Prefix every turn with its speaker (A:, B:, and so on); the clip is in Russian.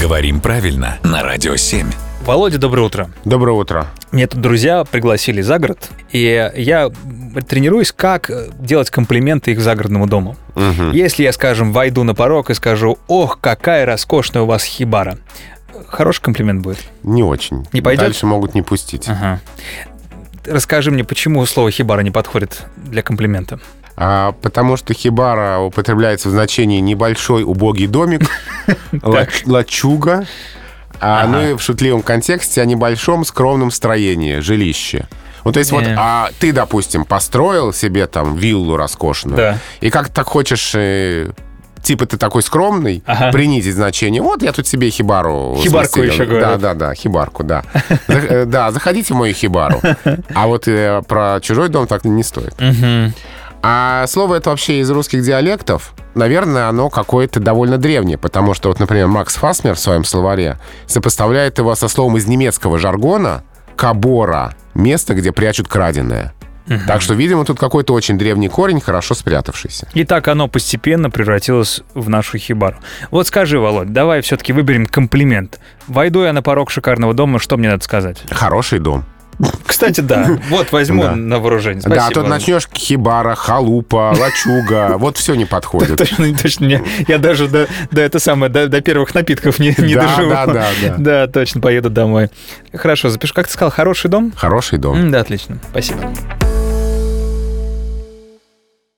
A: Говорим правильно на Радио 7.
B: Володя, доброе утро.
C: Доброе утро.
B: Меня тут друзья пригласили за город, и я тренируюсь, как делать комплименты их загородному дому.
C: Мгм.
B: Если я, скажем, войду на порог и скажу «Ох, какая роскошная у вас хибара», хороший комплимент будет.
C: Не очень.
B: Не пойдет?
C: Дальше могут не пустить.
B: Ага. Расскажи мне, почему слово «хибара» не подходит для комплимента?
C: А, потому что хибара употребляется в значении небольшой убогий домик, ла- лачуга. А,
B: Ага.
C: Ну и в шутливом контексте о небольшом скромном строении, жилище. Ну, то есть вот
B: Не.
C: а ты, допустим, построил себе там виллу роскошную,
B: Да.
C: и как так хочешь, э, типа ты такой скромный,
B: Ага.
C: принизить значение. Вот я тут себе хибару
B: Хибарку еще
C: Да,
B: говорят.
C: да, да, хибарку, да. За- э, Да, заходите в мою хибару. А вот э, про чужой дом так не стоит.
B: Мгм.
C: А слово это вообще из русских диалектов, наверное, оно какое-то довольно древнее, потому что вот, например, Макс Фасмер в своем словаре сопоставляет его со словом из немецкого жаргона «кабора» — место, где прячут краденое. Так что, видимо, тут какой-то очень древний корень, хорошо спрятавшийся.
B: И так оно постепенно превратилось в нашу хибару. Вот скажи, Володь, давай все-таки выберем комплимент. Войду я на порог шикарного дома, что мне надо сказать?
C: Хороший дом.
B: Кстати, да. Вот возьму
C: Да.
B: на вооружение.
C: да, а
B: Спасибо.
C: тут
B: Володь.
C: начнешь хибара, халупа, лачуга, вот все не подходит.
B: Точно, точно. не- Я даже до, до это самое, до, до первых напитков не, не
C: Да,
B: доживу.
C: да, да, да.
B: Да, точно, поеду домой. Хорошо, запишу. Как ты сказал, хороший дом?
C: Хороший дом.
B: М, Да, отлично. Спасибо.